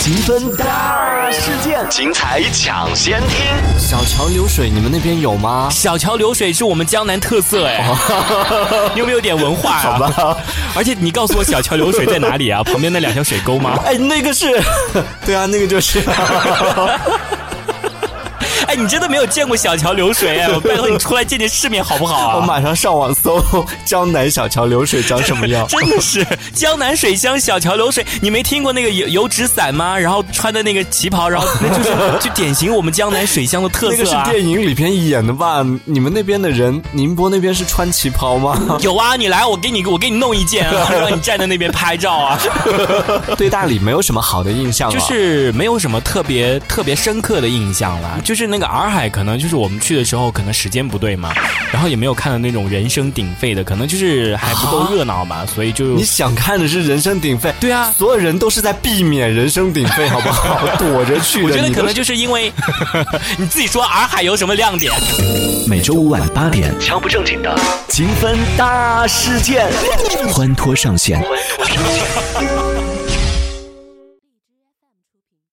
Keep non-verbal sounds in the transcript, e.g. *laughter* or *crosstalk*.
积分大事件，精彩抢先听。小桥流水，你们那边有吗？小桥流水是我们江南特色 *laughs* 哎，你有没有点文化啊？吧，而且你告诉我小桥流水在哪 *laughs* 里啊？旁边那两条水沟吗？哎，那个是， *laughs* 对啊，那个就是。哎，你真的没有见过小桥流水 *laughs* 哎！我拜托你出来见见世面好不好我 *laughs* 啊？马上上网搜江南小桥流水长什么 *laughs* 样。真的是江南水乡小桥流水，你没听过那个油油纸伞吗？然后穿的那个旗袍，然后那 *laughs* 就是就典型我们江南水乡的特那个色是啊。 *laughs* 电影里边演的吧？你们那边的人，宁波那边是穿旗袍 *laughs* 吗？有啊，你来，我给你我给你弄一件 *laughs* 啊，让你站在那边拍照啊。对大理没有什么好的印象啊了。就是没有什么特别特别深刻的印象啦，就是那个洱海，可能就是我们去的时候，可能时间不对嘛，然后也没有看到那种人声鼎沸的，可能就是还不够热闹嘛，所以就你想看的是人声鼎沸，对啊所有人都是在避免人声鼎沸，好不好？躲着去的。我觉得你可都能就是因为 *laughs* 你自己说洱海有什么亮点，每周五晚八点，敲不正经的，评分大事件。欢脱上线。欢脱上线。